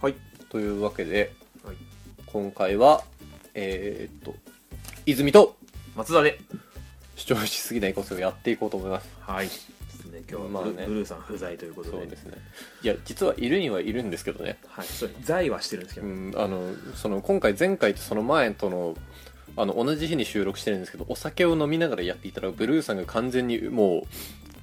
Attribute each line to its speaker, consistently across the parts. Speaker 1: はい
Speaker 2: というわけで
Speaker 1: はい
Speaker 2: 今回はえーっと泉と
Speaker 1: 松田で
Speaker 2: 主張しすぎないコスをやっていこうと思います
Speaker 1: はいですね今日はブ,、
Speaker 2: まあね
Speaker 1: ブルーさん不在ということで
Speaker 2: そうですねいや実はいるにはいるんですけどね
Speaker 1: はいそれ在はしてるんですけ
Speaker 2: う
Speaker 1: ど、
Speaker 2: んあのその今回前回とその前とのあの同じ日に収録してるんですけどお酒を飲みながらやっていたらブルーさんが完全にもう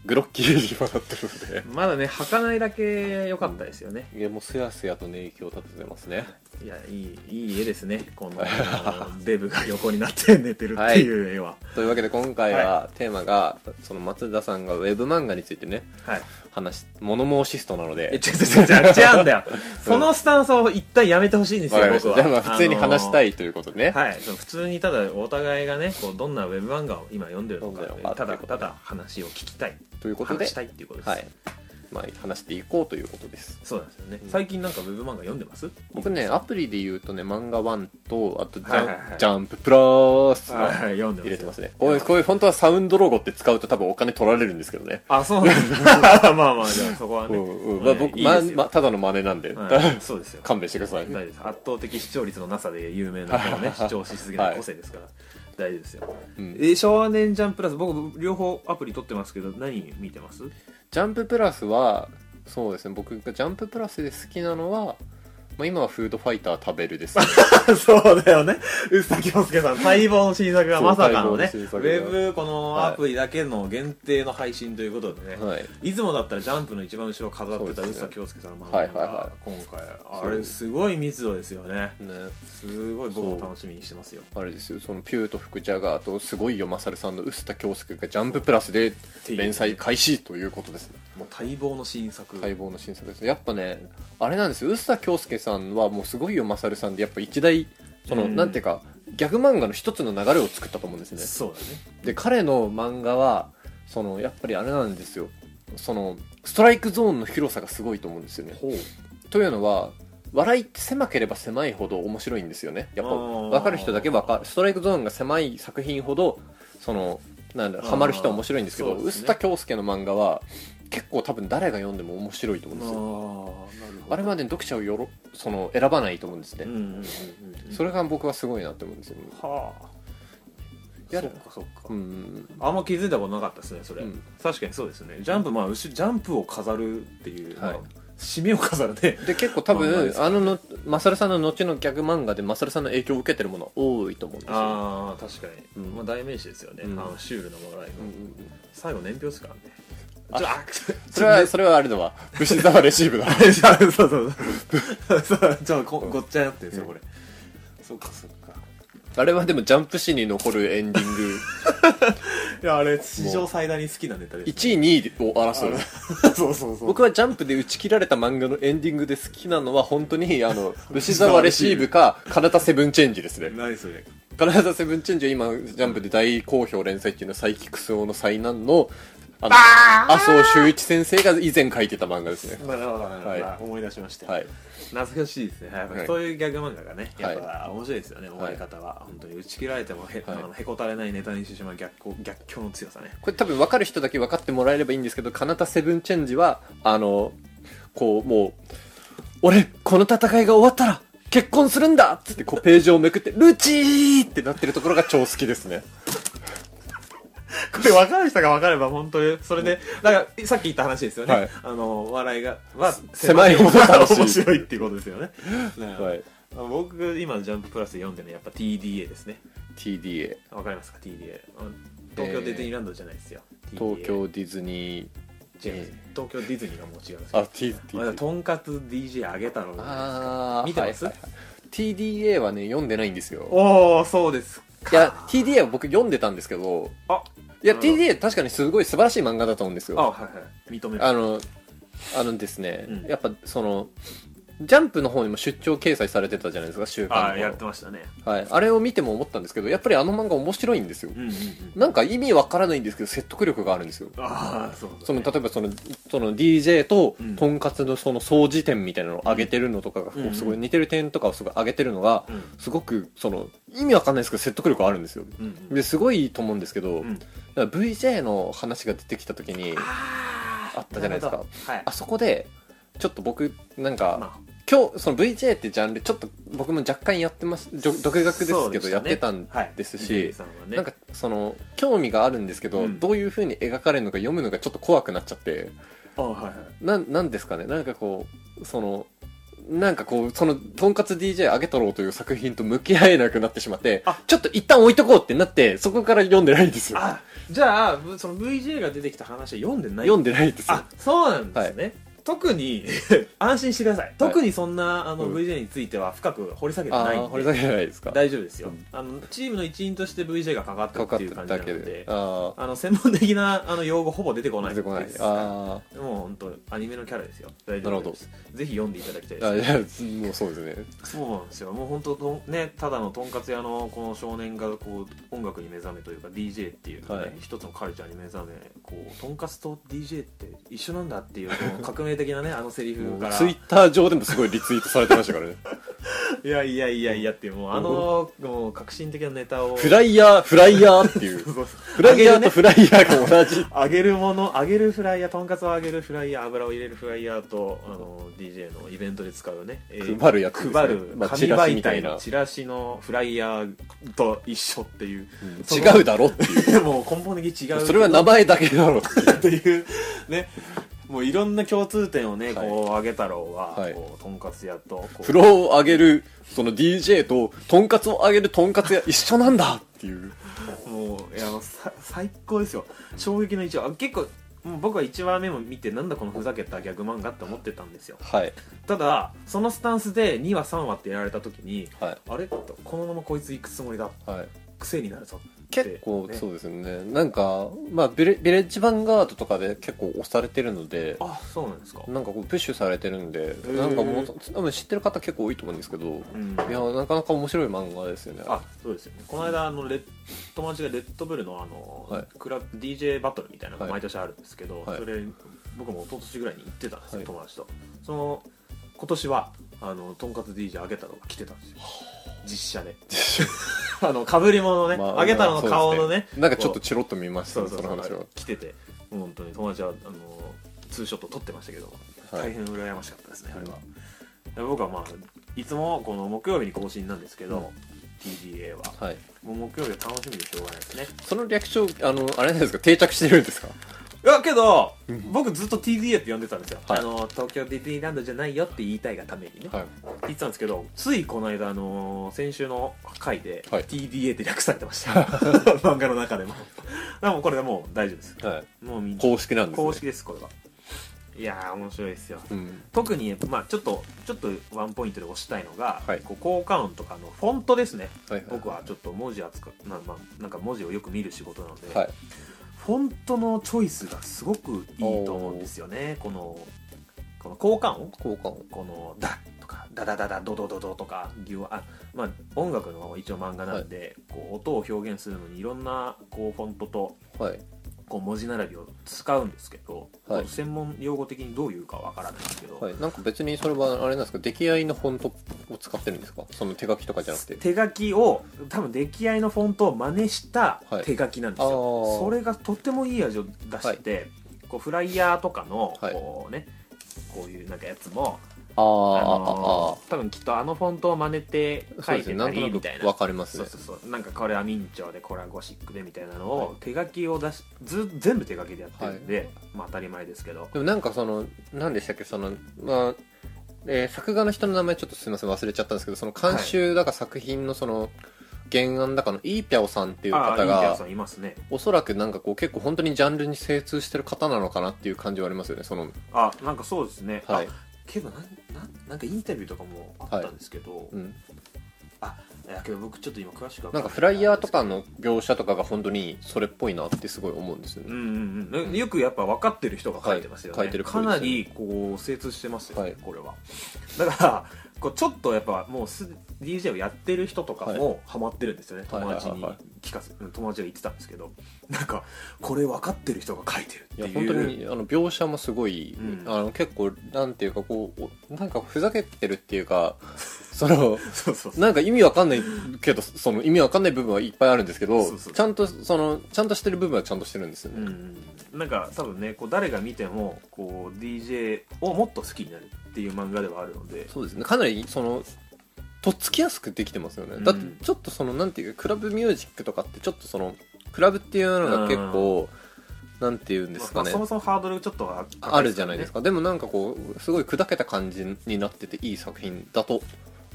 Speaker 2: グロッキーに笑ってるので
Speaker 1: まだね履かないだけ良かったですよね、
Speaker 2: いやもうすやすやと寝息を立ててますね
Speaker 1: いやいいいい絵ですねこ のあのデブが横になって寝てるっていう絵は
Speaker 2: というわけで今回はテーマが、その松田さんがウェブ漫画についてね
Speaker 1: はい、
Speaker 2: 話し物申シストなの
Speaker 1: え
Speaker 2: で
Speaker 1: 違う違う違 う違うんだよそのスタンスを一旦やめてほしいんです
Speaker 2: わか
Speaker 1: よ
Speaker 2: りまし
Speaker 1: 僕
Speaker 2: た
Speaker 1: は
Speaker 2: じゃあまあ普通に話した
Speaker 1: い、
Speaker 2: いということでね、
Speaker 1: はい、普通にただお互いがねこうどんなウェブ漫画を今読んでるのか
Speaker 2: 読んでるのか
Speaker 1: た
Speaker 2: っ
Speaker 1: だ
Speaker 2: ていうこと
Speaker 1: た
Speaker 2: ね
Speaker 1: だ話を聞きたい
Speaker 2: ということで
Speaker 1: 話したいっていうことです、
Speaker 2: はいまあ、話していこうということです
Speaker 1: そうなんですよね、
Speaker 2: うん
Speaker 1: 最近なんかウェブ漫画読んでます
Speaker 2: 僕ねアプリで言うとね漫画1とあとジャン,、
Speaker 1: はいはいはい
Speaker 2: ジャンププラス
Speaker 1: はいはい読んでます
Speaker 2: 入れてますねこういうこういう本当はサウンドロゴって使うと多分お金取られるんですけどね
Speaker 1: あそうなんだまあまあじゃあそこは
Speaker 2: う
Speaker 1: ね、
Speaker 2: んうんまあ僕
Speaker 1: いいですよ
Speaker 2: ままただの真似なんで、
Speaker 1: はい、そうですよ
Speaker 2: 勘弁してください
Speaker 1: 大丈夫です圧倒的視聴率のなさで有名なこの ね視聴しすぎない個性ですから、大丈夫ですよ、
Speaker 2: うん
Speaker 1: え少年ジャンププラス僕両方アプリ取ってますけど何見てます
Speaker 2: ジャンププラスはそうですね僕がジャンププラスで好きなのは、まあ、今はフードファイター食べる ですね
Speaker 1: そうだよね。うっさきほすけさん、待望の新作が
Speaker 2: そう
Speaker 1: まさかのね、
Speaker 2: 待望
Speaker 1: ウ
Speaker 2: の新作が
Speaker 1: ェブ、このアプリだけの限定の配信ということでね、
Speaker 2: はい
Speaker 1: い、つもだったらジャンプの一番後ろを飾ってた
Speaker 2: そう
Speaker 1: うっ
Speaker 2: ですね
Speaker 1: さきほすけさんの漫
Speaker 2: はい
Speaker 1: 画
Speaker 2: はいは
Speaker 1: が、今回、あれすごい密度ですよね。
Speaker 2: ね
Speaker 1: すごい僕も楽しみにしてますよ。
Speaker 2: あれですよそのピューと福ジャガーとすごいよマサルさんの臼田恭介がジャンププラスで連載開始ということですね
Speaker 1: もう待望の新作。
Speaker 2: 待望の新作ですねやっぱねあれなんですよ臼田恭介さんはもうすごいよマサルさんでやっぱ一大その、
Speaker 1: うん
Speaker 2: なんていうかギャグ漫画の一つの流れを作ったと思うんですね
Speaker 1: そうだね。
Speaker 2: で彼の漫画はそのやっぱりあれなんですよそのストライクゾーンの広さがすごいと思うんですよね
Speaker 1: ほう。
Speaker 2: というのは笑いって狭ければ狭いほど面白いんですよねやっぱ
Speaker 1: あー
Speaker 2: 分かる人だけ分かるストライクゾーンが狭い作品ほどそのなんだろう
Speaker 1: あー
Speaker 2: ハマる人は面白いんですけど
Speaker 1: そうです
Speaker 2: 臼
Speaker 1: ね
Speaker 2: 田恭介の漫画は結構多分誰が読んでも面白いと思うん
Speaker 1: あ
Speaker 2: で
Speaker 1: あ
Speaker 2: すよ、
Speaker 1: なるほど。
Speaker 2: あれはね読者をよろその選ばないと思うんです
Speaker 1: う
Speaker 2: ね
Speaker 1: ん、うんうんうん。
Speaker 2: それが僕はすごいなって思うんですよね
Speaker 1: はあ。
Speaker 2: や
Speaker 1: そ
Speaker 2: る
Speaker 1: っかそっか。
Speaker 2: うん
Speaker 1: あんま気づいたことなかったですねそれ、
Speaker 2: うん
Speaker 1: 確かにそうですねジャンプまあうしジャンプを飾るっていう、
Speaker 2: はい
Speaker 1: まあ締めを飾るね
Speaker 2: で結構多
Speaker 1: まあまあ
Speaker 2: 分
Speaker 1: です
Speaker 2: あののマサルさんの後のギャグ漫画でマサルさんの影響を受けてるものは多いと思うんですよ、
Speaker 1: ああ確かに、
Speaker 2: うん
Speaker 1: まあ、代名詞ですよね、
Speaker 2: うん
Speaker 1: あのシュールなもらいの、
Speaker 2: うんうんうん
Speaker 1: 最後年表ですからね
Speaker 2: あ
Speaker 1: ちょあ
Speaker 2: それはそれはあれだわ武士沢レシーブだ わ
Speaker 1: そうそうそうそうそうちょっとこごっちゃになってるんですよこれ、そっかそっか
Speaker 2: あれはでもジャンプ誌に残るエンディング
Speaker 1: いやあれ史上最大に好きなネタです、
Speaker 2: 1位2位を争う
Speaker 1: あのそうそうそう
Speaker 2: 僕はジャンプで打ち切られた漫画のエンディングで好きなのは本当にあ の吉沢レシーブかカナタセブンチェンジですね
Speaker 1: 何それ
Speaker 2: カナタセブンチェンジは今ジャンプで大好評連載中のサイキックス王の災難のあの麻生修一先生が以前書いてた漫画ですね
Speaker 1: なるほどなるほど、
Speaker 2: はい
Speaker 1: あ思い出しました、
Speaker 2: はい
Speaker 1: 懐かしいですね、はいやっぱ
Speaker 2: はい
Speaker 1: そういうギャグ漫画がねや
Speaker 2: は
Speaker 1: っ
Speaker 2: い
Speaker 1: ぱ面白いですよね、終わり方は本当に打ち切られてもへ,、
Speaker 2: はい
Speaker 1: あのへこたれないネタにしてしまう逆光逆境の強さね
Speaker 2: これ多分分かる人だけ分かってもらえればいいんですけどカナタセブンチェンジはあのこうもう俺この戦いが終わったら結婚するんだっつってこうページをめくってルチーってなってるところが超好きですね
Speaker 1: これ分かる人が分かれば本当にそれでだからさっき言った話ですよね、
Speaker 2: はい
Speaker 1: あの笑いがは
Speaker 2: 狭い方が楽しい
Speaker 1: 面白いっていうことですよね、
Speaker 2: は
Speaker 1: はい僕今ジャンププラスで読んでるのはやっぱ TDA ですね
Speaker 2: TDA
Speaker 1: 分かりますか TDA あの東京ディズニーランドじゃないですよ、
Speaker 2: 東
Speaker 1: TDA
Speaker 2: 京ディズニー
Speaker 1: 違います東京ディズニーがもう違うんですけど
Speaker 2: あ T
Speaker 1: まあでも
Speaker 2: T
Speaker 1: とんかつ DJ あげたろう
Speaker 2: あー
Speaker 1: 見てます
Speaker 2: はいはいはい TDA はね読んでないんですよ
Speaker 1: おおそうです
Speaker 2: いや TDA は僕読んでたんですけど
Speaker 1: あ
Speaker 2: いや
Speaker 1: うん
Speaker 2: TDA 確かにすごい素晴らしい漫画だと思うんですよ
Speaker 1: あはいはい認める
Speaker 2: あの、あのですね、
Speaker 1: うん
Speaker 2: やっぱその、ジャンプの方にも出張掲載されてたじゃないですか、週
Speaker 1: あ
Speaker 2: 刊
Speaker 1: やっ
Speaker 2: の
Speaker 1: てましたね
Speaker 2: はい。あれを見ても思ったんですけど、やっぱりあの漫画面白いんですよ
Speaker 1: う。んうんうん
Speaker 2: なんか意味わからないんですけど、説得力があるんですよ。
Speaker 1: ああそう
Speaker 2: その
Speaker 1: ね
Speaker 2: 例えばそのその DJ と
Speaker 1: うん
Speaker 2: とんかつのその掃除点みたいなのを上げてるのとかがこ
Speaker 1: うん
Speaker 2: うすごい似てる点とかをすごい上げてるのが
Speaker 1: うん
Speaker 2: すごくその意味わかんないですけど説得力あるんですよ
Speaker 1: うんうん
Speaker 2: ですごいいいと思うんですけど
Speaker 1: うん
Speaker 2: だから VJ の話が出てきた時に
Speaker 1: あー
Speaker 2: あったじゃないですか
Speaker 1: るほどはい
Speaker 2: あそこでちょっと僕なんか
Speaker 1: ま
Speaker 2: 今日その VJ ってジャンルちょっと僕も若干やってますじょ独学で
Speaker 1: そ
Speaker 2: す
Speaker 1: う
Speaker 2: け
Speaker 1: で
Speaker 2: ど、
Speaker 1: したね
Speaker 2: やってたん
Speaker 1: はい
Speaker 2: ですし、
Speaker 1: 伊集院さんはね
Speaker 2: なんかその興味があるんですけど、
Speaker 1: うん
Speaker 2: どういう風に描かれるのか読むのがちょっと怖くなっちゃって
Speaker 1: あはいはい
Speaker 2: なんなんですかねなんかこうそのなんかこうその「とんかつ DJ あげ太郎」という作品と向き合えなくなってしまって
Speaker 1: あ
Speaker 2: ちょっと一旦置いとこうってなってそこから読んでないんですよ
Speaker 1: あじゃあぶその VJ が出てきた話は読んでない
Speaker 2: 読んでないんですよ
Speaker 1: あそうなんですね、特に 安心してください特にそんなあの、
Speaker 2: うん
Speaker 1: VJ については深く掘り下げて
Speaker 2: あ
Speaker 1: ないん
Speaker 2: ー
Speaker 1: で
Speaker 2: これだけじゃないですか
Speaker 1: 大丈夫ですよ、
Speaker 2: うん
Speaker 1: あのチームの一員として VJ がかかった
Speaker 2: か
Speaker 1: っ
Speaker 2: かっ
Speaker 1: てい
Speaker 2: てた
Speaker 1: う感じ
Speaker 2: だ
Speaker 1: なの
Speaker 2: け
Speaker 1: で
Speaker 2: であ
Speaker 1: あの専門的なあの用語ほぼ出てこ
Speaker 2: あ
Speaker 1: ない
Speaker 2: 出てこない
Speaker 1: です
Speaker 2: あ
Speaker 1: もう本当アニメのキャラですよ大丈夫ですぜひ読んでいただきたい
Speaker 2: ーあ
Speaker 1: で
Speaker 2: いやもうそうですね
Speaker 1: すそうなんですよもう本当とんねただのとんかつ屋のこの少年がこう音楽に目覚めというか DJ っていう、ね
Speaker 2: はい
Speaker 1: 一つのカルチャーに目覚めこうとんかつと DJ って一緒なんだっていうこの革命的なねあのセリフから
Speaker 2: ツイッター上でもすごいリツイートされてましたからね
Speaker 1: いやいやいやいやっていうもうあのもう革新的なネタを
Speaker 2: フライヤーフライヤーっていう
Speaker 1: そうそう
Speaker 2: フライヤーとフライヤーが同じ
Speaker 1: 揚げるもの揚げるフライヤーとんかつを揚げるフライヤー油を入れるフライヤーとあの DJ のイベントで使うね、えー
Speaker 2: 配るやつですね
Speaker 1: 配る
Speaker 2: まあ
Speaker 1: 紙
Speaker 2: チラシ
Speaker 1: 媒
Speaker 2: みた
Speaker 1: 体
Speaker 2: いな
Speaker 1: のチラシのフライヤーと一緒っていう、その
Speaker 2: 違うだろっていう
Speaker 1: もう根本的に違う
Speaker 2: それは名前だけだろ
Speaker 1: っていうねもういろんな共通点を
Speaker 2: は
Speaker 1: ね、
Speaker 2: い
Speaker 1: こう揚げ太郎は、
Speaker 2: はい
Speaker 1: こうとんかつ屋とこう
Speaker 2: フローを上げるその DJ ととんかつを上げるとんかつ屋一緒なんだっていう
Speaker 1: もういやもうさ最高ですよ衝撃の一話あ結構もう僕は1話目も見てなんだこのふざけたギャグ漫画って思ってたんですよ
Speaker 2: はい
Speaker 1: ただそのスタンスで2話3話ってやられた時に
Speaker 2: はい
Speaker 1: あれとこのままこいつ行くつもりだ
Speaker 2: はい
Speaker 1: 癖になるぞ
Speaker 2: 結構
Speaker 1: ね
Speaker 2: そうですよねなんか、まあ、ビレビレッジヴァンガードとかで結構押されてるので
Speaker 1: あそうなんですか
Speaker 2: なんかこうプッシュされてるんで
Speaker 1: ー
Speaker 2: なんかもう多分知ってる方結構多いと思うんですけど
Speaker 1: うん
Speaker 2: いやなかなか面白い漫画ですよね
Speaker 1: あそうですよねこの間あのレッ友達がレッドブルのあの、
Speaker 2: はい
Speaker 1: クラブ DJ バトルみたいなの
Speaker 2: は
Speaker 1: が
Speaker 2: い
Speaker 1: 毎年あるんですけど、
Speaker 2: はい
Speaker 1: それ僕も一昨年ぐらいに行ってたんですよ、
Speaker 2: はい
Speaker 1: 友達とその今年はあのとんかつ DJ あげ太郎が来てたんですよ実写で あのかぶり物 ね、
Speaker 2: ま
Speaker 1: あ、げ太郎の顔のね
Speaker 2: なんかちょっとチロッと見ました
Speaker 1: そう
Speaker 2: ね
Speaker 1: そ
Speaker 2: そう
Speaker 1: そ
Speaker 2: の
Speaker 1: う
Speaker 2: 話は
Speaker 1: 来ててもう本当に友達はあのツーショット撮ってましたけど、
Speaker 2: はい
Speaker 1: 大変羨ましかったですねあれは、で僕はまあいつもこの木曜日に更新なんですけど、
Speaker 2: うん
Speaker 1: TBA は
Speaker 2: はい
Speaker 1: もう木曜日は楽しみでしょうがないですね
Speaker 2: その略称あのあれなんですか定着してるんですか
Speaker 1: いやけど
Speaker 2: うん
Speaker 1: 僕ずっと TBA って呼んでたんですよ、
Speaker 2: はい
Speaker 1: あの東京ディズニーランドじゃないよって言いたいがためにね、
Speaker 2: はい
Speaker 1: 言ってたんですけどついこの間、あのー先週の回で、
Speaker 2: はい
Speaker 1: TBA って略されてま した漫画の中でもでもうこれでもう大丈夫です
Speaker 2: はい
Speaker 1: もうみんな
Speaker 2: 公式なんですね
Speaker 1: 公式ですこれはいやー面白いですよ
Speaker 2: うん
Speaker 1: 特に、まあ、ちょっとちょっとワンポイントで押したいのが、
Speaker 2: はい
Speaker 1: こう効果音とかのフォントですね
Speaker 2: はいはい
Speaker 1: 僕はちょっと文字扱うな,、まあ、なんか文字をよく見る仕事なので、
Speaker 2: はい
Speaker 1: フォントのチョイスがすごくいいと思うんですよねこのこの効果音
Speaker 2: 交換を
Speaker 1: この「ダ」とか「ダダダダドドドド」とかぎゅあ、まあ、音楽の一応漫画なんで、こう音を表現するのにいろんなこうフォントと
Speaker 2: はい
Speaker 1: こう文字並びを使うんですけど、
Speaker 2: はい
Speaker 1: 専門用語的にどういうかわからないんですけど、
Speaker 2: はい、なんか別にそれはあれなんですか出来合いのフォントを使ってるんですかその手書きとかじゃなくて
Speaker 1: 手書きを多分出来合いのフォントを真似した
Speaker 2: はい
Speaker 1: 手書きなんですよ、
Speaker 2: あー
Speaker 1: それがとってもいい味を出してて、こうフライヤーとかの
Speaker 2: はい
Speaker 1: こうね、こういうなんかやつも、
Speaker 2: あー、
Speaker 1: あの
Speaker 2: あ
Speaker 1: 多分きっとあのフォントを真似て
Speaker 2: ああそ
Speaker 1: 書
Speaker 2: う
Speaker 1: い
Speaker 2: です
Speaker 1: て
Speaker 2: ね
Speaker 1: た
Speaker 2: なんと
Speaker 1: りみた
Speaker 2: ないく
Speaker 1: な
Speaker 2: わかります
Speaker 1: そう
Speaker 2: ね
Speaker 1: そうそうなんかこれは明朝でこれはゴシックでみたいなのを手書きを出し、ず全部手書きでやってるんで、まあ、当たり前ですけど
Speaker 2: でもなんかその何でしたっけそのまあえー作画の人の名前ちょっとすみません忘れちゃったんですけどその監修だか作品のその原案だかのイーピャオさんっていう
Speaker 1: ああ
Speaker 2: 方
Speaker 1: いいキャラ
Speaker 2: が
Speaker 1: さんいますね
Speaker 2: おそらくなんかこう結構本当にジャンルに精通してる方なのかなっていう感じはありますよねその
Speaker 1: あなんかそうですね、
Speaker 2: はい
Speaker 1: あ、けどなんなんなんかインタビューとかもあったんですけど、
Speaker 2: うん、
Speaker 1: いやけど僕ちょっと今詳しくは
Speaker 2: なんかフライヤーとかの描写とかが本当にそれっぽいなってすごい思うんですよ
Speaker 1: う
Speaker 2: ね、
Speaker 1: んうんうんよくやっぱ分かってる人が書いてますよね、
Speaker 2: はい書いてるっぽ
Speaker 1: か
Speaker 2: いです
Speaker 1: な
Speaker 2: ね
Speaker 1: りこう精通してますよね、
Speaker 2: はい
Speaker 1: これはだからこうちょっとやっぱもうす DJ をやってる人とかもハマってるんですよね、
Speaker 2: はい
Speaker 1: 友達に
Speaker 2: はいはい
Speaker 1: 聞かせうん友達が言ってたんですけどなんかこれ分かってる人が書いてるって
Speaker 2: い
Speaker 1: い
Speaker 2: や
Speaker 1: う
Speaker 2: 本当にあの描写もすごい、
Speaker 1: うん
Speaker 2: あの結構なんていうかこうおなんかふざけてるっていうかその
Speaker 1: そうそうそう
Speaker 2: なんか意味わかんないけどその意味わかんない部分はいっぱいあるんですけど
Speaker 1: そうそう
Speaker 2: ちゃんとそのちゃんとしてる部分はちゃんとしてるんですよ
Speaker 1: う
Speaker 2: ね、
Speaker 1: んなんか多分ねこう誰が見てもこう DJ をもっと好きになるっていう漫画ではあるので
Speaker 2: そうですねかなりそのとっつきやすくできてますよね、
Speaker 1: うん
Speaker 2: だってちょっとそのなんていうかクラブミュージックとかってちょっとそのクラブっていうのが結構、なんていうんですか
Speaker 1: まあ
Speaker 2: ね、
Speaker 1: そもそもハードルちょっとは
Speaker 2: あるじゃないですかでもなんかこうすごい砕けた感じになってていい作品だと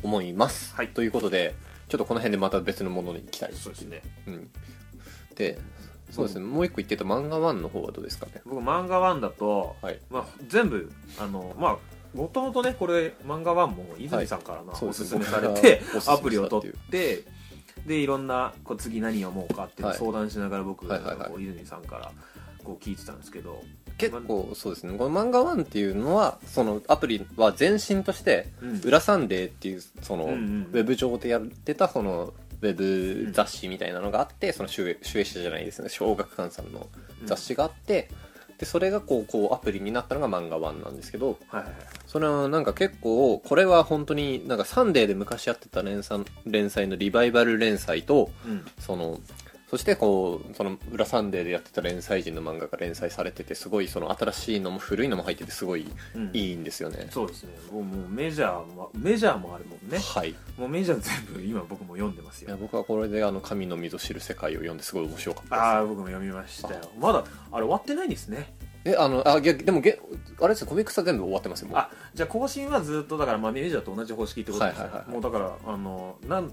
Speaker 2: 思います、
Speaker 1: はい
Speaker 2: ということでちょっとこの辺でまた別のものに行きたい
Speaker 1: そうですね
Speaker 2: うん、でそうですね、もう一個言ってた漫画1の方はどうですかね
Speaker 1: 僕漫画1だと、
Speaker 2: はい
Speaker 1: まあ、全部あのまあもともとねこれ漫画1も泉さんからな、
Speaker 2: そう
Speaker 1: お
Speaker 2: です
Speaker 1: す
Speaker 2: ね
Speaker 1: すめされ
Speaker 2: 僕
Speaker 1: て
Speaker 2: がおすすめした
Speaker 1: アプリを取
Speaker 2: っ
Speaker 1: ってでいろんなこう次何読もうかっていうのを
Speaker 2: はい
Speaker 1: 相談しながら僕、
Speaker 2: はいはいはい
Speaker 1: こう泉さんからこう聞いてたんですけど
Speaker 2: 結構そうですねこの漫画1っていうのはそのアプリは前身として
Speaker 1: うん
Speaker 2: 「裏サンデー」っていうその、
Speaker 1: うんうん
Speaker 2: ウェブ上でやってたそのウェブ雑誌みたいなのがあってその集英集英社じゃないですね小学館さんの雑、誌があって、でそれがこうこうアプリになったのが漫画1なんですけど
Speaker 1: うんはいはいはい
Speaker 2: それはなんか結構これは本当になんか「サンデー」で昔やってた連載連載のリバイバル連載と
Speaker 1: うん
Speaker 2: そのそしてこうその「裏サンデー」でやってた連載人の漫画が連載されててすごいその新しいのも古いのも入っててすごい
Speaker 1: うん
Speaker 2: いいんですよね、
Speaker 1: そうですねもうもうメジャーもメジャーもあるもんね
Speaker 2: はいい
Speaker 1: もうメジャー全部今僕も読んでます
Speaker 2: や
Speaker 1: よ
Speaker 2: 僕はこれであの「神の溝知る世界」を読んですごい面白かったです
Speaker 1: ああ僕も読みましたよまだあれ終わってないんですね
Speaker 2: えあのあいやでもげあれですねコミックスは全部終わってますよもう
Speaker 1: あじゃあ更新はずっとだから、まあ、メジャーと同じ方式ってことですね、
Speaker 2: はいはいはい
Speaker 1: もうだからあのなん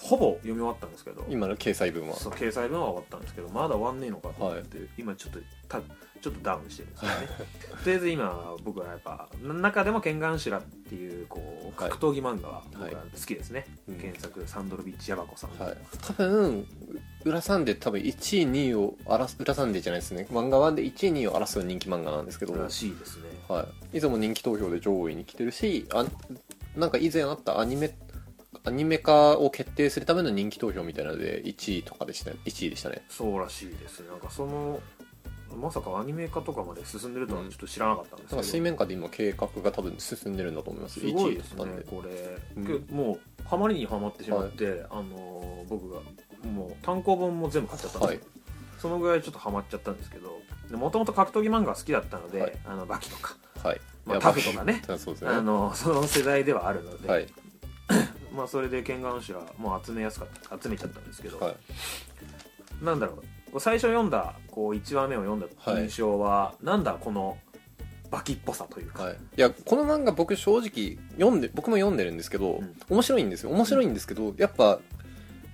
Speaker 1: ほぼ読み終わったんですけど
Speaker 2: 今の掲載分は
Speaker 1: そう掲載分は終わったんですけどまだ終わんねえのかと思って、今ちょっとたちょっとダウンしてるんですよねとりあえず今僕はやっぱ中でも「ケンガンシュラ」っていうこう
Speaker 2: はい
Speaker 1: 格闘技漫画は僕
Speaker 2: はい
Speaker 1: は好きですね、
Speaker 2: うん
Speaker 1: 原作サンドロビッチヤバコさん、
Speaker 2: はい、多分裏サンデー多分1位2位を争う裏サンデーじゃないですね漫画1で1位2位を争う人気漫画なんですけど、
Speaker 1: らしいですね
Speaker 2: はい、いつも人気投票で上位に来てるしあなんか以前あったアニメアニメ化を決定するための人気投票みたいなので1位とかでしたね1位でしたね
Speaker 1: そうらしいですねなんかそのまさかアニメ化とかまで進んでるとはちょっと知らなかったんですけ
Speaker 2: なん
Speaker 1: ど、
Speaker 2: か水面下で今計画が多分進んでるんだと思います
Speaker 1: すご
Speaker 2: 1位
Speaker 1: いで
Speaker 2: だ
Speaker 1: す
Speaker 2: った
Speaker 1: ね
Speaker 2: んで
Speaker 1: これ、
Speaker 2: うん
Speaker 1: けもうハマりにはまってしまって、あのー僕がもう単行本も全部買っちゃったんですよ、
Speaker 2: はい
Speaker 1: そのぐらいちょっとハマっちゃったんですけどもともと格闘技漫画好きだったので、
Speaker 2: はい
Speaker 1: あのバキとか、
Speaker 2: はい、
Speaker 1: まあ
Speaker 2: いや
Speaker 1: タフとかね
Speaker 2: そうですね
Speaker 1: あのその世代ではあるので、
Speaker 2: はい
Speaker 1: まあ、それでケンガンシュラもう集めやすかった集めちゃったんですけど、
Speaker 2: はい
Speaker 1: なんだろうこう最初読んだこう1話目を読んだ
Speaker 2: はい
Speaker 1: 印象は、なんだこのバキっぽさというか、
Speaker 2: はい、いやこの漫画僕正直読んで僕も読んでるんですけど、
Speaker 1: うん
Speaker 2: 面白いんですよ面白いんですけど、やっぱ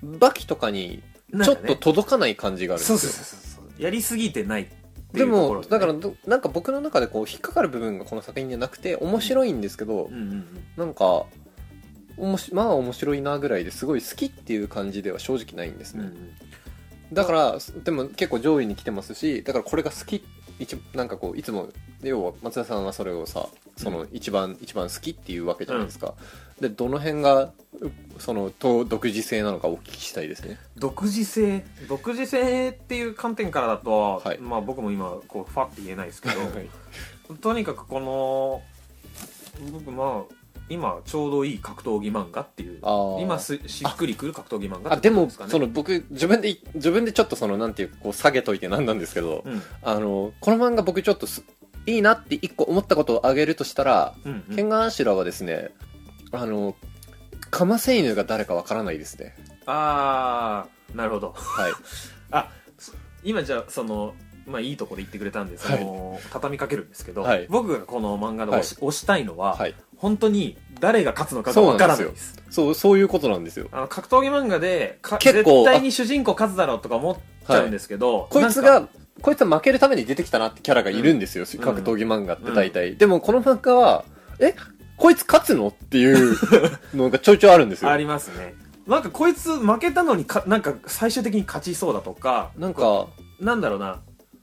Speaker 2: バキとかにちょっと
Speaker 1: なんかね
Speaker 2: 届かない感じがあるんです
Speaker 1: そう
Speaker 2: よ
Speaker 1: そうそうそうやりすぎてないってい
Speaker 2: で
Speaker 1: うとこ
Speaker 2: も
Speaker 1: ろ、ね
Speaker 2: だからどなんか僕の中でこう引っかかる部分がこの作品じゃなくて面白いんですけど、
Speaker 1: うんうんうん
Speaker 2: なんかおもしまあ面白いなぐらいですごい好きっていう感じでは正直ないんですね、だからでも結構上位に来てますしだからこれが好き一なんかこういつも要は松田さんはそれをさその一番、一番好きっていうわけじゃないですか、でどの辺がうそのと独自性なのかお聞きしたいですね
Speaker 1: 独自性独自性っていう観点からだと、
Speaker 2: はい
Speaker 1: まあ、僕も今こうファって言えないですけどとにかくこの僕まあ今ちょうどいい格闘技漫画っていう
Speaker 2: あー
Speaker 1: 今すしっくりくる格闘技漫画
Speaker 2: あ
Speaker 1: って
Speaker 2: で
Speaker 1: こと
Speaker 2: も
Speaker 1: すかね
Speaker 2: その僕自分で自分でちょっとそのなんていうかこう下げといてなんなんですけど、
Speaker 1: うん
Speaker 2: あのこの漫画僕ちょっとすいいなって一個思ったことを挙げるとしたら、
Speaker 1: うんう
Speaker 2: ケン
Speaker 1: ん、
Speaker 2: ガンアシュラはですねあのカマセイヌが誰かわからないですね
Speaker 1: ああなるほど
Speaker 2: はい
Speaker 1: 今じゃあそのまあいいとこで言ってくれたんでその、畳みかけるんですけど、
Speaker 2: はい
Speaker 1: 僕がこの漫画で押し,、推したいのは、
Speaker 2: はい
Speaker 1: 本当に誰が勝つのかがわからないです
Speaker 2: そうそういうことなんですよ
Speaker 1: あの格闘技漫画でか
Speaker 2: 結
Speaker 1: 絶
Speaker 2: 構
Speaker 1: 対に主人公勝つだろうとか思っちゃうんですけど、
Speaker 2: こいつ
Speaker 1: なん
Speaker 2: が
Speaker 1: か
Speaker 2: こいつは負けるために出てきたなってキャラがいるんですよ、
Speaker 1: ん
Speaker 2: 格闘技漫画って大体、でもこの漫画はえこいつ勝つのっていうのがちょいちょいあるんですよ
Speaker 1: ありますねなんかこいつ負けたのにかなんか最終的に勝ちそうだとか
Speaker 2: なんか
Speaker 1: なんだろうな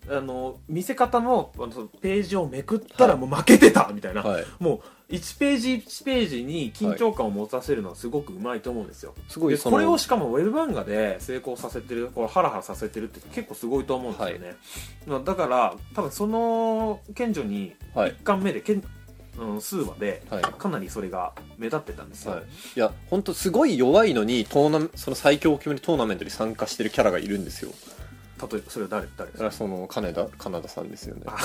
Speaker 1: あの見せ方もあのそのページをめくったらもう負けてたみたいな、
Speaker 2: はい
Speaker 1: もう1ページ1ページに緊張感を持たせるのはすごくうまいと思うんですよ、
Speaker 2: すごい
Speaker 1: で
Speaker 2: その
Speaker 1: これをしかもウェブ漫画で成功させてるこれハラハラさせてるって結構すごいと思うんですよね、まあだから多分その顕著に
Speaker 2: はい
Speaker 1: 1巻目でけん、うん、数話で
Speaker 2: はい
Speaker 1: かなりそれが目立ってたんですよ、
Speaker 2: はい、いや本当すごい弱いのにトーナメンその最強を決めるトーナメントに参加してるキャラがいるんですよ
Speaker 1: 例えばそれは誰
Speaker 2: だ
Speaker 1: 誰です
Speaker 2: からその金田金田さんですよね
Speaker 1: あ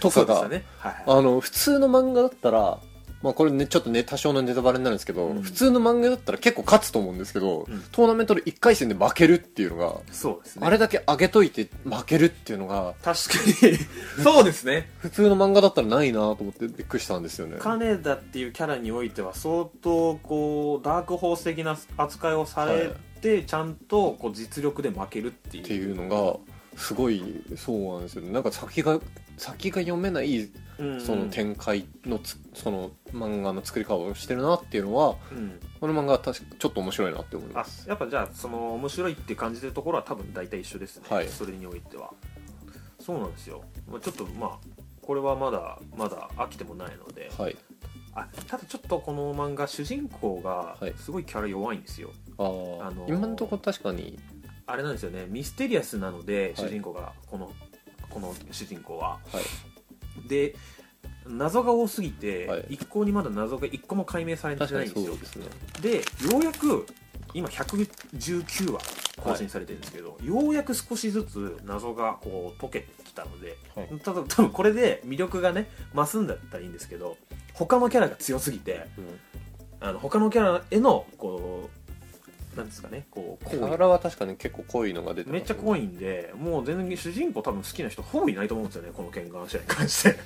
Speaker 2: ととかが、
Speaker 1: そうでしたねはいはい
Speaker 2: あの普通の漫画だったら、まあ、これねちょっとね多少のネタバレになるんですけど、
Speaker 1: うん
Speaker 2: 普通の漫画だったら結構勝つと思うんですけど、
Speaker 1: うん
Speaker 2: トーナメントで1回戦で負けるっていうのが、
Speaker 1: そうですね
Speaker 2: あれだけ上げといて負けるっていうのが
Speaker 1: 確か にそうですね
Speaker 2: 普通の漫画だったらないなと思ってびっくりしたんですよね
Speaker 1: 金田っていうキャラにおいては相当こうダークホース的な扱いをされて、ちゃんとこう実力で負けるっていう
Speaker 2: っていうのがすごいそうなんですよねなんか先が先が読めない
Speaker 1: うん
Speaker 2: その展開のつ、その漫画の作り方をしてるなっていうのは
Speaker 1: うん
Speaker 2: この漫画は確かちょっと面白いなって思いま
Speaker 1: あ
Speaker 2: す
Speaker 1: やっぱじゃあその面白いって感じてるところは多分大体一緒ですね、
Speaker 2: はい
Speaker 1: それにおいてはそうなんですよまあちょっとまあこれはまだまだ飽きてもないので
Speaker 2: はい
Speaker 1: あただちょっとこの漫画主人公が
Speaker 2: はい
Speaker 1: すごいキャラ弱いんですよ、
Speaker 2: あー、
Speaker 1: あのー
Speaker 2: 今のところ確かに
Speaker 1: あれなんですよねミステリアスなので
Speaker 2: はい
Speaker 1: 主人公がこの、この主人公は
Speaker 2: はい
Speaker 1: で謎が多すぎて、
Speaker 2: はい
Speaker 1: 一向にまだ謎が一個も解明されてない
Speaker 2: 確
Speaker 1: ん
Speaker 2: か
Speaker 1: で
Speaker 2: に
Speaker 1: す
Speaker 2: そう
Speaker 1: よ
Speaker 2: ですね
Speaker 1: でようやく今119話更新されてるんですけど、ようやく少しずつ謎がこう解けてきたので
Speaker 2: はい
Speaker 1: ただ多分これで魅力がね増すんだったらいいんですけど他のキャラが強すぎてあの他のキャラへのこうなんですかねこう好
Speaker 2: キ
Speaker 1: 意
Speaker 2: ャラは確かに結構濃いのが出て
Speaker 1: めっちゃ濃いんでもう全然主人公多分好きな人ほぼいないと思うんですよねこの剣眼試合に関して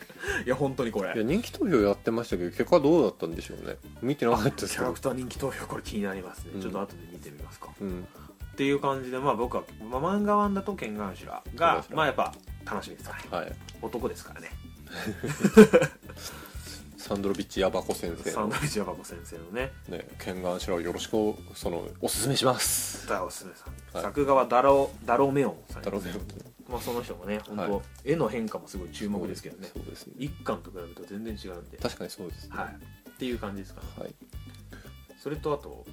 Speaker 1: いや本当にこれ
Speaker 2: いや人気投票やってましたけど結果どうだったんでしょうね見てなかったで
Speaker 1: キ
Speaker 2: すけ
Speaker 1: ャラ
Speaker 2: ど
Speaker 1: クター人気投票これ気になりますね、
Speaker 2: うん
Speaker 1: ちょっと後で見てみますか
Speaker 2: うん
Speaker 1: っていう感じで、まあ、僕は、まあ、漫画ワンだとケンガンシュラが、
Speaker 2: ケンガンシュラ
Speaker 1: まあ、やっぱ楽しみですから
Speaker 2: はい
Speaker 1: 男ですからね
Speaker 2: サンドロビッチヤバコ先生
Speaker 1: サ
Speaker 2: の
Speaker 1: ンドウィッチヤバコ先生のね
Speaker 2: ね剣眼白をよろしくおそのおすすめします
Speaker 1: ダオスメさん、
Speaker 2: はい
Speaker 1: 作画はダロダロメオンさん
Speaker 2: だろうね
Speaker 1: まあ、その人もね本当、
Speaker 2: はい
Speaker 1: 絵の変化もすごい注目ですけどね
Speaker 2: そうですね
Speaker 1: 一巻と比べると全然違うんで、
Speaker 2: 確かにそうですね
Speaker 1: はい、っていう感じですかね
Speaker 2: はい
Speaker 1: それとあと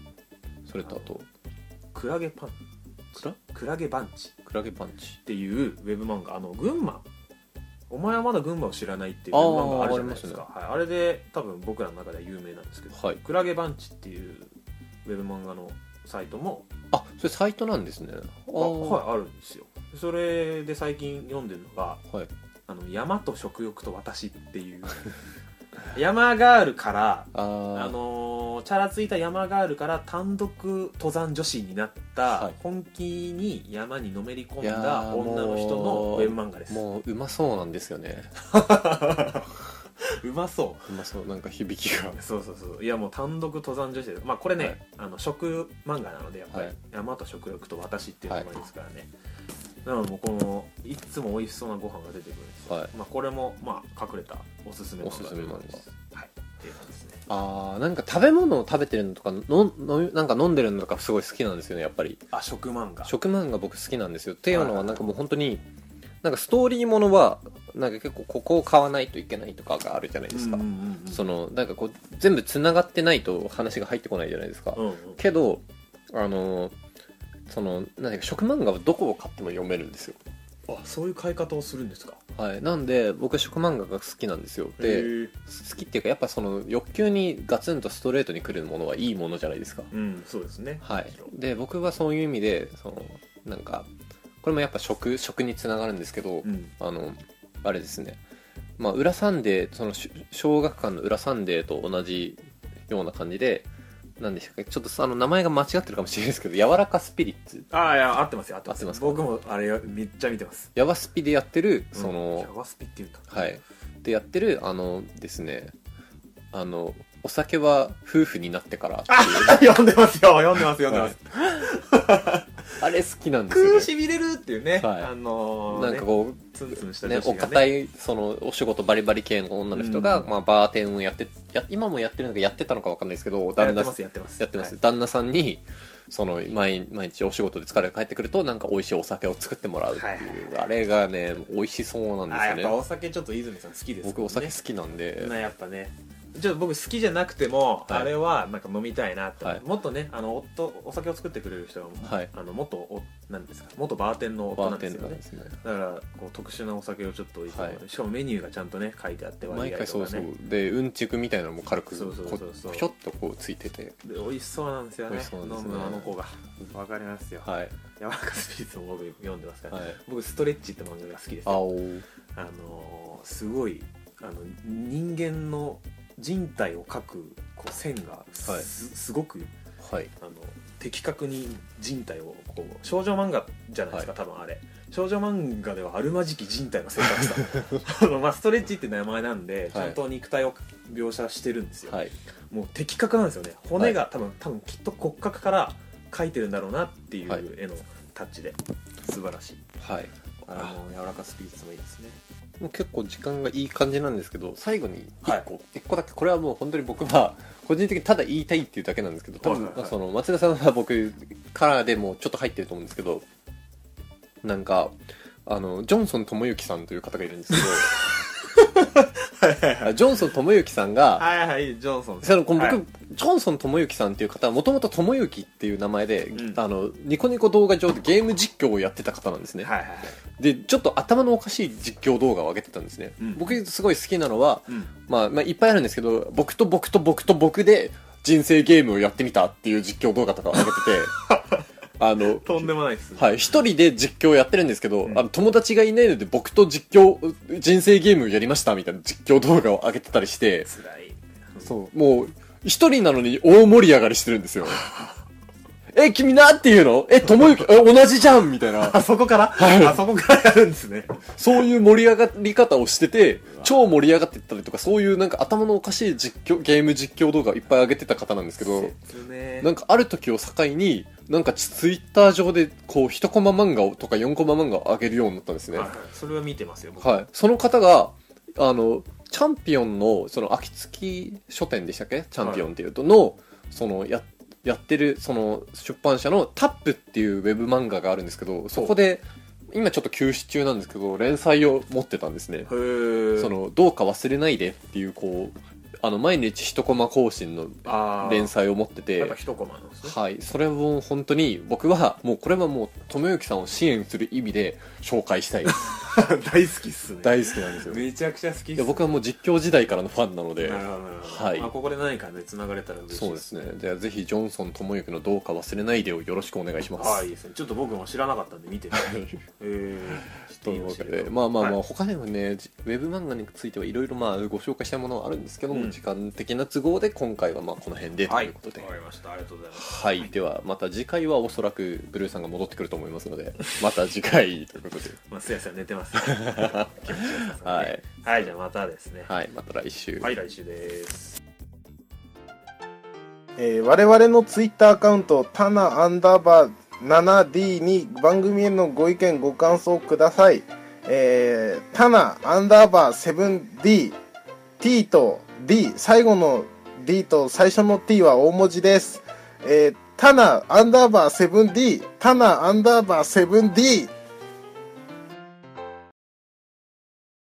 Speaker 2: それとあと
Speaker 1: クラゲパン
Speaker 2: クラ
Speaker 1: クラゲバンチ
Speaker 2: クラゲパンチ
Speaker 1: っていうウェブ漫画あの群馬お前はまだ群馬を知らないっていうウェブ漫画あるじゃないですかはい、あれで多分僕らの中では有名なんですけど、
Speaker 2: はい
Speaker 1: クラゲバンチっていうウェブ漫画のサイトも
Speaker 2: あそれサイトなんですねああ
Speaker 1: あ,、はい、あるんですよそれで最近読んでるのが
Speaker 2: いはい
Speaker 1: 「あの山と食欲と私」っ ていう山ガールから
Speaker 2: あー
Speaker 1: あのーチャラついた山ガールから単独登山女子になった、
Speaker 2: はい
Speaker 1: 本気に山にのめり込ん
Speaker 2: いやー
Speaker 1: だ女の人の
Speaker 2: も
Speaker 1: ウ
Speaker 2: う
Speaker 1: ェブ漫画です
Speaker 2: もううまそうなんですよね
Speaker 1: うまそう
Speaker 2: うまそうなんか響きが
Speaker 1: そうそうそういやもう単独登山女子ですまあこれね、
Speaker 2: はい
Speaker 1: あの食漫画なのでやっぱり、
Speaker 2: はい
Speaker 1: 山と食欲と私っていう名前ですからね、なのでもうこのいっつも美味しそうなご飯が出てくるんですよ、
Speaker 2: はい
Speaker 1: まあ、これもまあ隠れたおすすめ漫画
Speaker 2: おすすめ漫画
Speaker 1: はいっていう感じですね
Speaker 2: あーなんか食べ物を食べてるのとかののなんか飲んでるのとかすごい好きなんですよねやっぱり
Speaker 1: あ食漫画
Speaker 2: 食漫画僕好きなんですよっていうの
Speaker 1: は
Speaker 2: はいなんかもう本当になんかストーリーものはなんか結構ここを買わないといけないとかがあるじゃないですか、
Speaker 1: うんうんうん
Speaker 2: そのなんかこう全部つながってないと話が入ってこないじゃないですか、
Speaker 1: うんうん
Speaker 2: けどあのその何か食漫画はどこを買っても読めるんですよ
Speaker 1: あそういう買い方をするんですか
Speaker 2: はいなんで僕は食漫画が好きなんですよ
Speaker 1: へ
Speaker 2: で
Speaker 1: ー
Speaker 2: 好きっていうかやっぱその欲求にガツンとストレートに来るものはいいものじゃないですか
Speaker 1: うんそうですね
Speaker 2: はい、で僕はそういう意味でそのなんかこれもやっぱ食食につながるんですけど、
Speaker 1: うん
Speaker 2: あのあれですねまあ裏サンデーそのし小学館の裏サンデーと同じような感じで何でしたっけちょっとあの名前が間違ってるかもしれないですけど柔らかスピリッツ
Speaker 1: ああいや合ってますよ合ってま
Speaker 2: 合っ
Speaker 1: す
Speaker 2: てますか
Speaker 1: 僕もあれめっちゃ見てます
Speaker 2: ヤワスピでやってるそ
Speaker 1: うん
Speaker 2: の
Speaker 1: ジャ、ワスピっていうんだ
Speaker 2: はいでやってるあのですねあのお酒は夫婦になってからっていう
Speaker 1: 読んでますよ読んでます読んでます、
Speaker 2: あれ好きなんですよ、
Speaker 1: く
Speaker 2: ね
Speaker 1: ー、しびれるっていうね、
Speaker 2: はい
Speaker 1: あのー
Speaker 2: なんかこう
Speaker 1: うツンツンした
Speaker 2: ね
Speaker 1: 女、子
Speaker 2: お
Speaker 1: が
Speaker 2: 堅いそのお仕事バリバリ系の女の人が、
Speaker 1: うん
Speaker 2: まあ、バーテンをやってや今もやってるのかやってたのかわかんないですけど
Speaker 1: や
Speaker 2: 旦
Speaker 1: って
Speaker 2: 那
Speaker 1: ますやってます
Speaker 2: やってます、旦那さんにその毎毎日お仕事で疲れが帰ってくるとなんか美味しいお酒を作ってもらうっていう、あれがね美味しそうなん
Speaker 1: はい、あやっ
Speaker 2: ですよ
Speaker 1: ぱ
Speaker 2: ね
Speaker 1: お酒ちょっと泉さん好きですもんね
Speaker 2: 僕お酒好きなんで、
Speaker 1: なやっぱねちょっと僕好きじゃなくても、
Speaker 2: はい
Speaker 1: あれはなんか飲みたいなって、
Speaker 2: はい
Speaker 1: もっとねあの夫お酒を作ってくれる人は、
Speaker 2: はい
Speaker 1: あの元おなんですか元バーテンの夫
Speaker 2: バー
Speaker 1: なん
Speaker 2: テ
Speaker 1: で
Speaker 2: ン
Speaker 1: すよ
Speaker 2: ダー
Speaker 1: ね
Speaker 2: ですね
Speaker 1: だからこう特殊なお酒をちょっといつもね、
Speaker 2: は
Speaker 1: しかもメニューがちゃんとね書いてあって
Speaker 2: 毎
Speaker 1: 割合とかね
Speaker 2: 回そうそうでうんちくみたいなのも軽く
Speaker 1: そうそうそうそう
Speaker 2: こひょっとこうついてて
Speaker 1: で美味しそうなんですよね
Speaker 2: 美味しそうなんです
Speaker 1: 飲
Speaker 2: ね
Speaker 1: むあの子がわかりますよ、
Speaker 2: はい
Speaker 1: 山中 スピーツも僕読んでますから、
Speaker 2: はい
Speaker 1: 僕「ストレッチ」って漫画が好きです
Speaker 2: あ
Speaker 1: あ
Speaker 2: お
Speaker 1: のーすごいあの人間の人体を描くこう線がす,、
Speaker 2: はい
Speaker 1: すごく
Speaker 2: はい
Speaker 1: あの的確に人体をこう少女漫画じゃないですか、
Speaker 2: は
Speaker 1: 多分あれ少女漫画ではあるまじき人体の正 確さあの、まあ、ストレッチって名前なんで、ちゃんと肉体を描写してるんですよ、
Speaker 2: はい
Speaker 1: もう的確なんですよね骨が多分、多分きっと骨格から描いてるんだろうなっていう
Speaker 2: はい
Speaker 1: 絵のタッチで素晴らしい
Speaker 2: はい
Speaker 1: あの柔らかスピーツもいいですね
Speaker 2: もう結構時間がいい感じなんですけど最後に
Speaker 1: はい
Speaker 2: 1個、一個だけこれはもう本当に僕は個人的にただ言いたいっていうだけなんですけど多分、
Speaker 1: はいはいはい
Speaker 2: その松田さんは僕からでもちょっと入ってると思うんですけどなんかあのジョンソン智之さんという方がいるんですけ
Speaker 1: はい
Speaker 2: ど あジョンソン智之さんが、
Speaker 1: はいはいジョンソン
Speaker 2: そのこう僕、
Speaker 1: はい
Speaker 2: ジョンソン智之さんっていう方はもともと智之っていう名前で、
Speaker 1: うん
Speaker 2: あのニコニコ動画上でゲーム実況をやってた方なんですね、
Speaker 1: はいはいはい
Speaker 2: でちょっと頭のおかしい実況動画を上げてたんですね、
Speaker 1: うん
Speaker 2: 僕すごい好きなのは
Speaker 1: うん
Speaker 2: まあ、まあいっぱいあるんですけど僕と僕と僕と僕で人生ゲームをやってみたっていう実況動画とかを 上げててあの
Speaker 1: とんでもないです
Speaker 2: はい、一人で実況やってるんですけど、
Speaker 1: うん
Speaker 2: あの友達がいないので僕と実況人生ゲームをやりましたみたいな実況動画を上げてたりして
Speaker 1: つらい
Speaker 2: そうもう一人なのに大盛り上がりしてるんですよ え君なんていうのえ友之え同じじゃんみたいな
Speaker 1: あそこから、あそこからやるんですね
Speaker 2: そういう盛り上がり方をしてて、超盛り上がってったりとか、そういうなんか頭のおかしい実況、ゲーム実況動画をいっぱい上げてた方なんですけど、
Speaker 1: 切ね
Speaker 2: なんかある時を境に、なんかツイッター上で、こう、一コマ漫画をとか4コマ漫画を上げるようになったんですね。
Speaker 1: はい
Speaker 2: は
Speaker 1: はいそれは見てますよ僕
Speaker 2: い。その方が、あの、チャンピオンの、その、秋月書店でしたっけチャンピオンっていうと、の、その、や、やってる、その、出版社のタップっていうウェブ漫画があるんですけど、そこで、今ちょっと休止中なんですけど、連載を持ってたんですね。
Speaker 1: へえ
Speaker 2: そのどうか忘れないでっていうこうあの毎日一コマ更新の
Speaker 1: あー
Speaker 2: 連載を持って
Speaker 1: やっぱ
Speaker 2: て
Speaker 1: 一コマなんですね
Speaker 2: はいそれを本当に僕はもうこれはもう友之さんを支援する意味で紹介 したい
Speaker 1: 大好きっすね
Speaker 2: 大好きなんですよ
Speaker 1: めちゃくちゃ好きっ
Speaker 2: い
Speaker 1: す
Speaker 2: や僕はもう実況時代からのファンなので
Speaker 1: なるほどなるほど、
Speaker 2: はい
Speaker 1: まあ、ここで何かね繋がれたら嬉しい
Speaker 2: そうですねじゃあぜひジョンソン友之の「どうか忘れないで」をよろしくお願いします
Speaker 1: はいいいですねちょっと僕も知らなかったんで見てみてえー、知
Speaker 2: というわけでまあまあまあ、他にもねじウェブ漫画についてはいろいろまあご紹介したいものはあるんですけども、
Speaker 1: うん
Speaker 2: 時間的な都合で今回はまあこの辺でと
Speaker 1: はいいう
Speaker 2: ことで、
Speaker 1: わかりましたありがとうございます
Speaker 2: はい、ではまた次回はおそらくブルーさんが戻ってくると思いますのでまた次回ということで
Speaker 1: まあすやすや寝 てます、気持ちよさそう
Speaker 2: は
Speaker 1: ね
Speaker 2: い、
Speaker 1: はいじゃあまたですね
Speaker 2: はい、また来週、
Speaker 1: はい来週です
Speaker 3: えー我々のツイッターアカウント、タナアンダーバー 7D に番組へのご意見、ご感想をください。えー、タナアンダーバー 7D、T と D、最後の D と最初の T は大文字です。えー、タナアンダーバー 7D、タナアンダーバー 7D